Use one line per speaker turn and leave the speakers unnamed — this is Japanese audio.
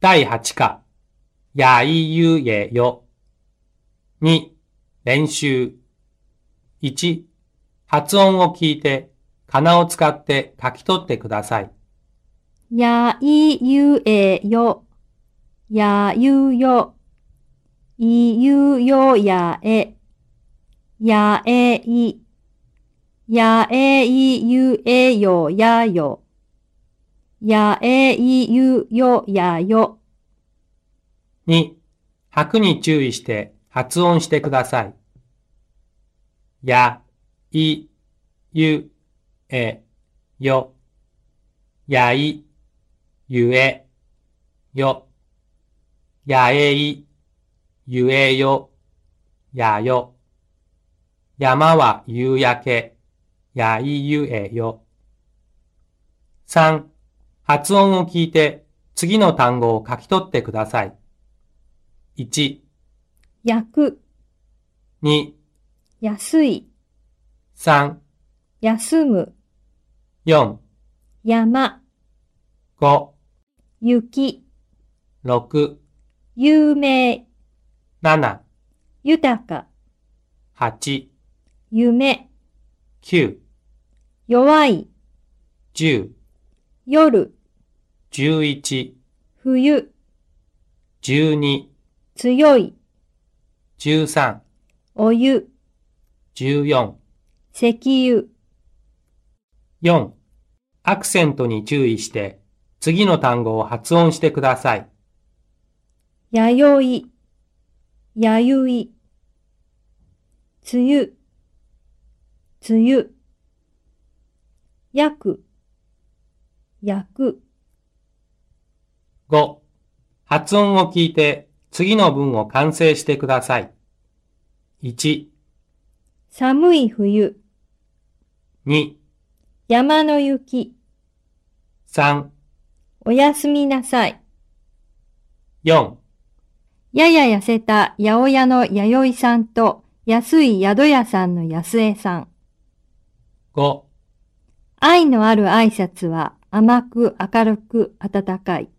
第8課、やいゆえよ。2、練習。1、発音を聞いて、かなを使って書き取ってください。
やいゆえよ。やゆよ。いゆよやえ。やえい。やえいゆえよやよ。やえいゆよやよ。
2、拍に注意して発音してください。や、い、ゆ、え、よ。やい、ゆえ、よ。やえい、ゆえよ、やよ。山は夕焼け、やいゆえよ。3. 発音を聞いて次の単語を書き取ってください。1、
やく、
2、
安い、
3、
休む、
4、
山、
5、
雪、
6、
有名、
7、
豊か、
8、
夢、
9、
弱い、
10、
夜、
11、
冬、
12、
強い、
13、
お湯、
14、
石油。
4. アクセントに注意して、次の単語を発音してください。
やよい、やゆい、つゆ、つゆ、やく、やく、
5. 発音を聞いて、次の文を完成してください。1、
寒い冬、
2、
山の雪、
3、
おやすみなさい。
4。
やや痩せた八百屋の弥生さんと、安い宿屋さんの安江さん。
5.
愛のある挨拶は、甘く明るく温かい。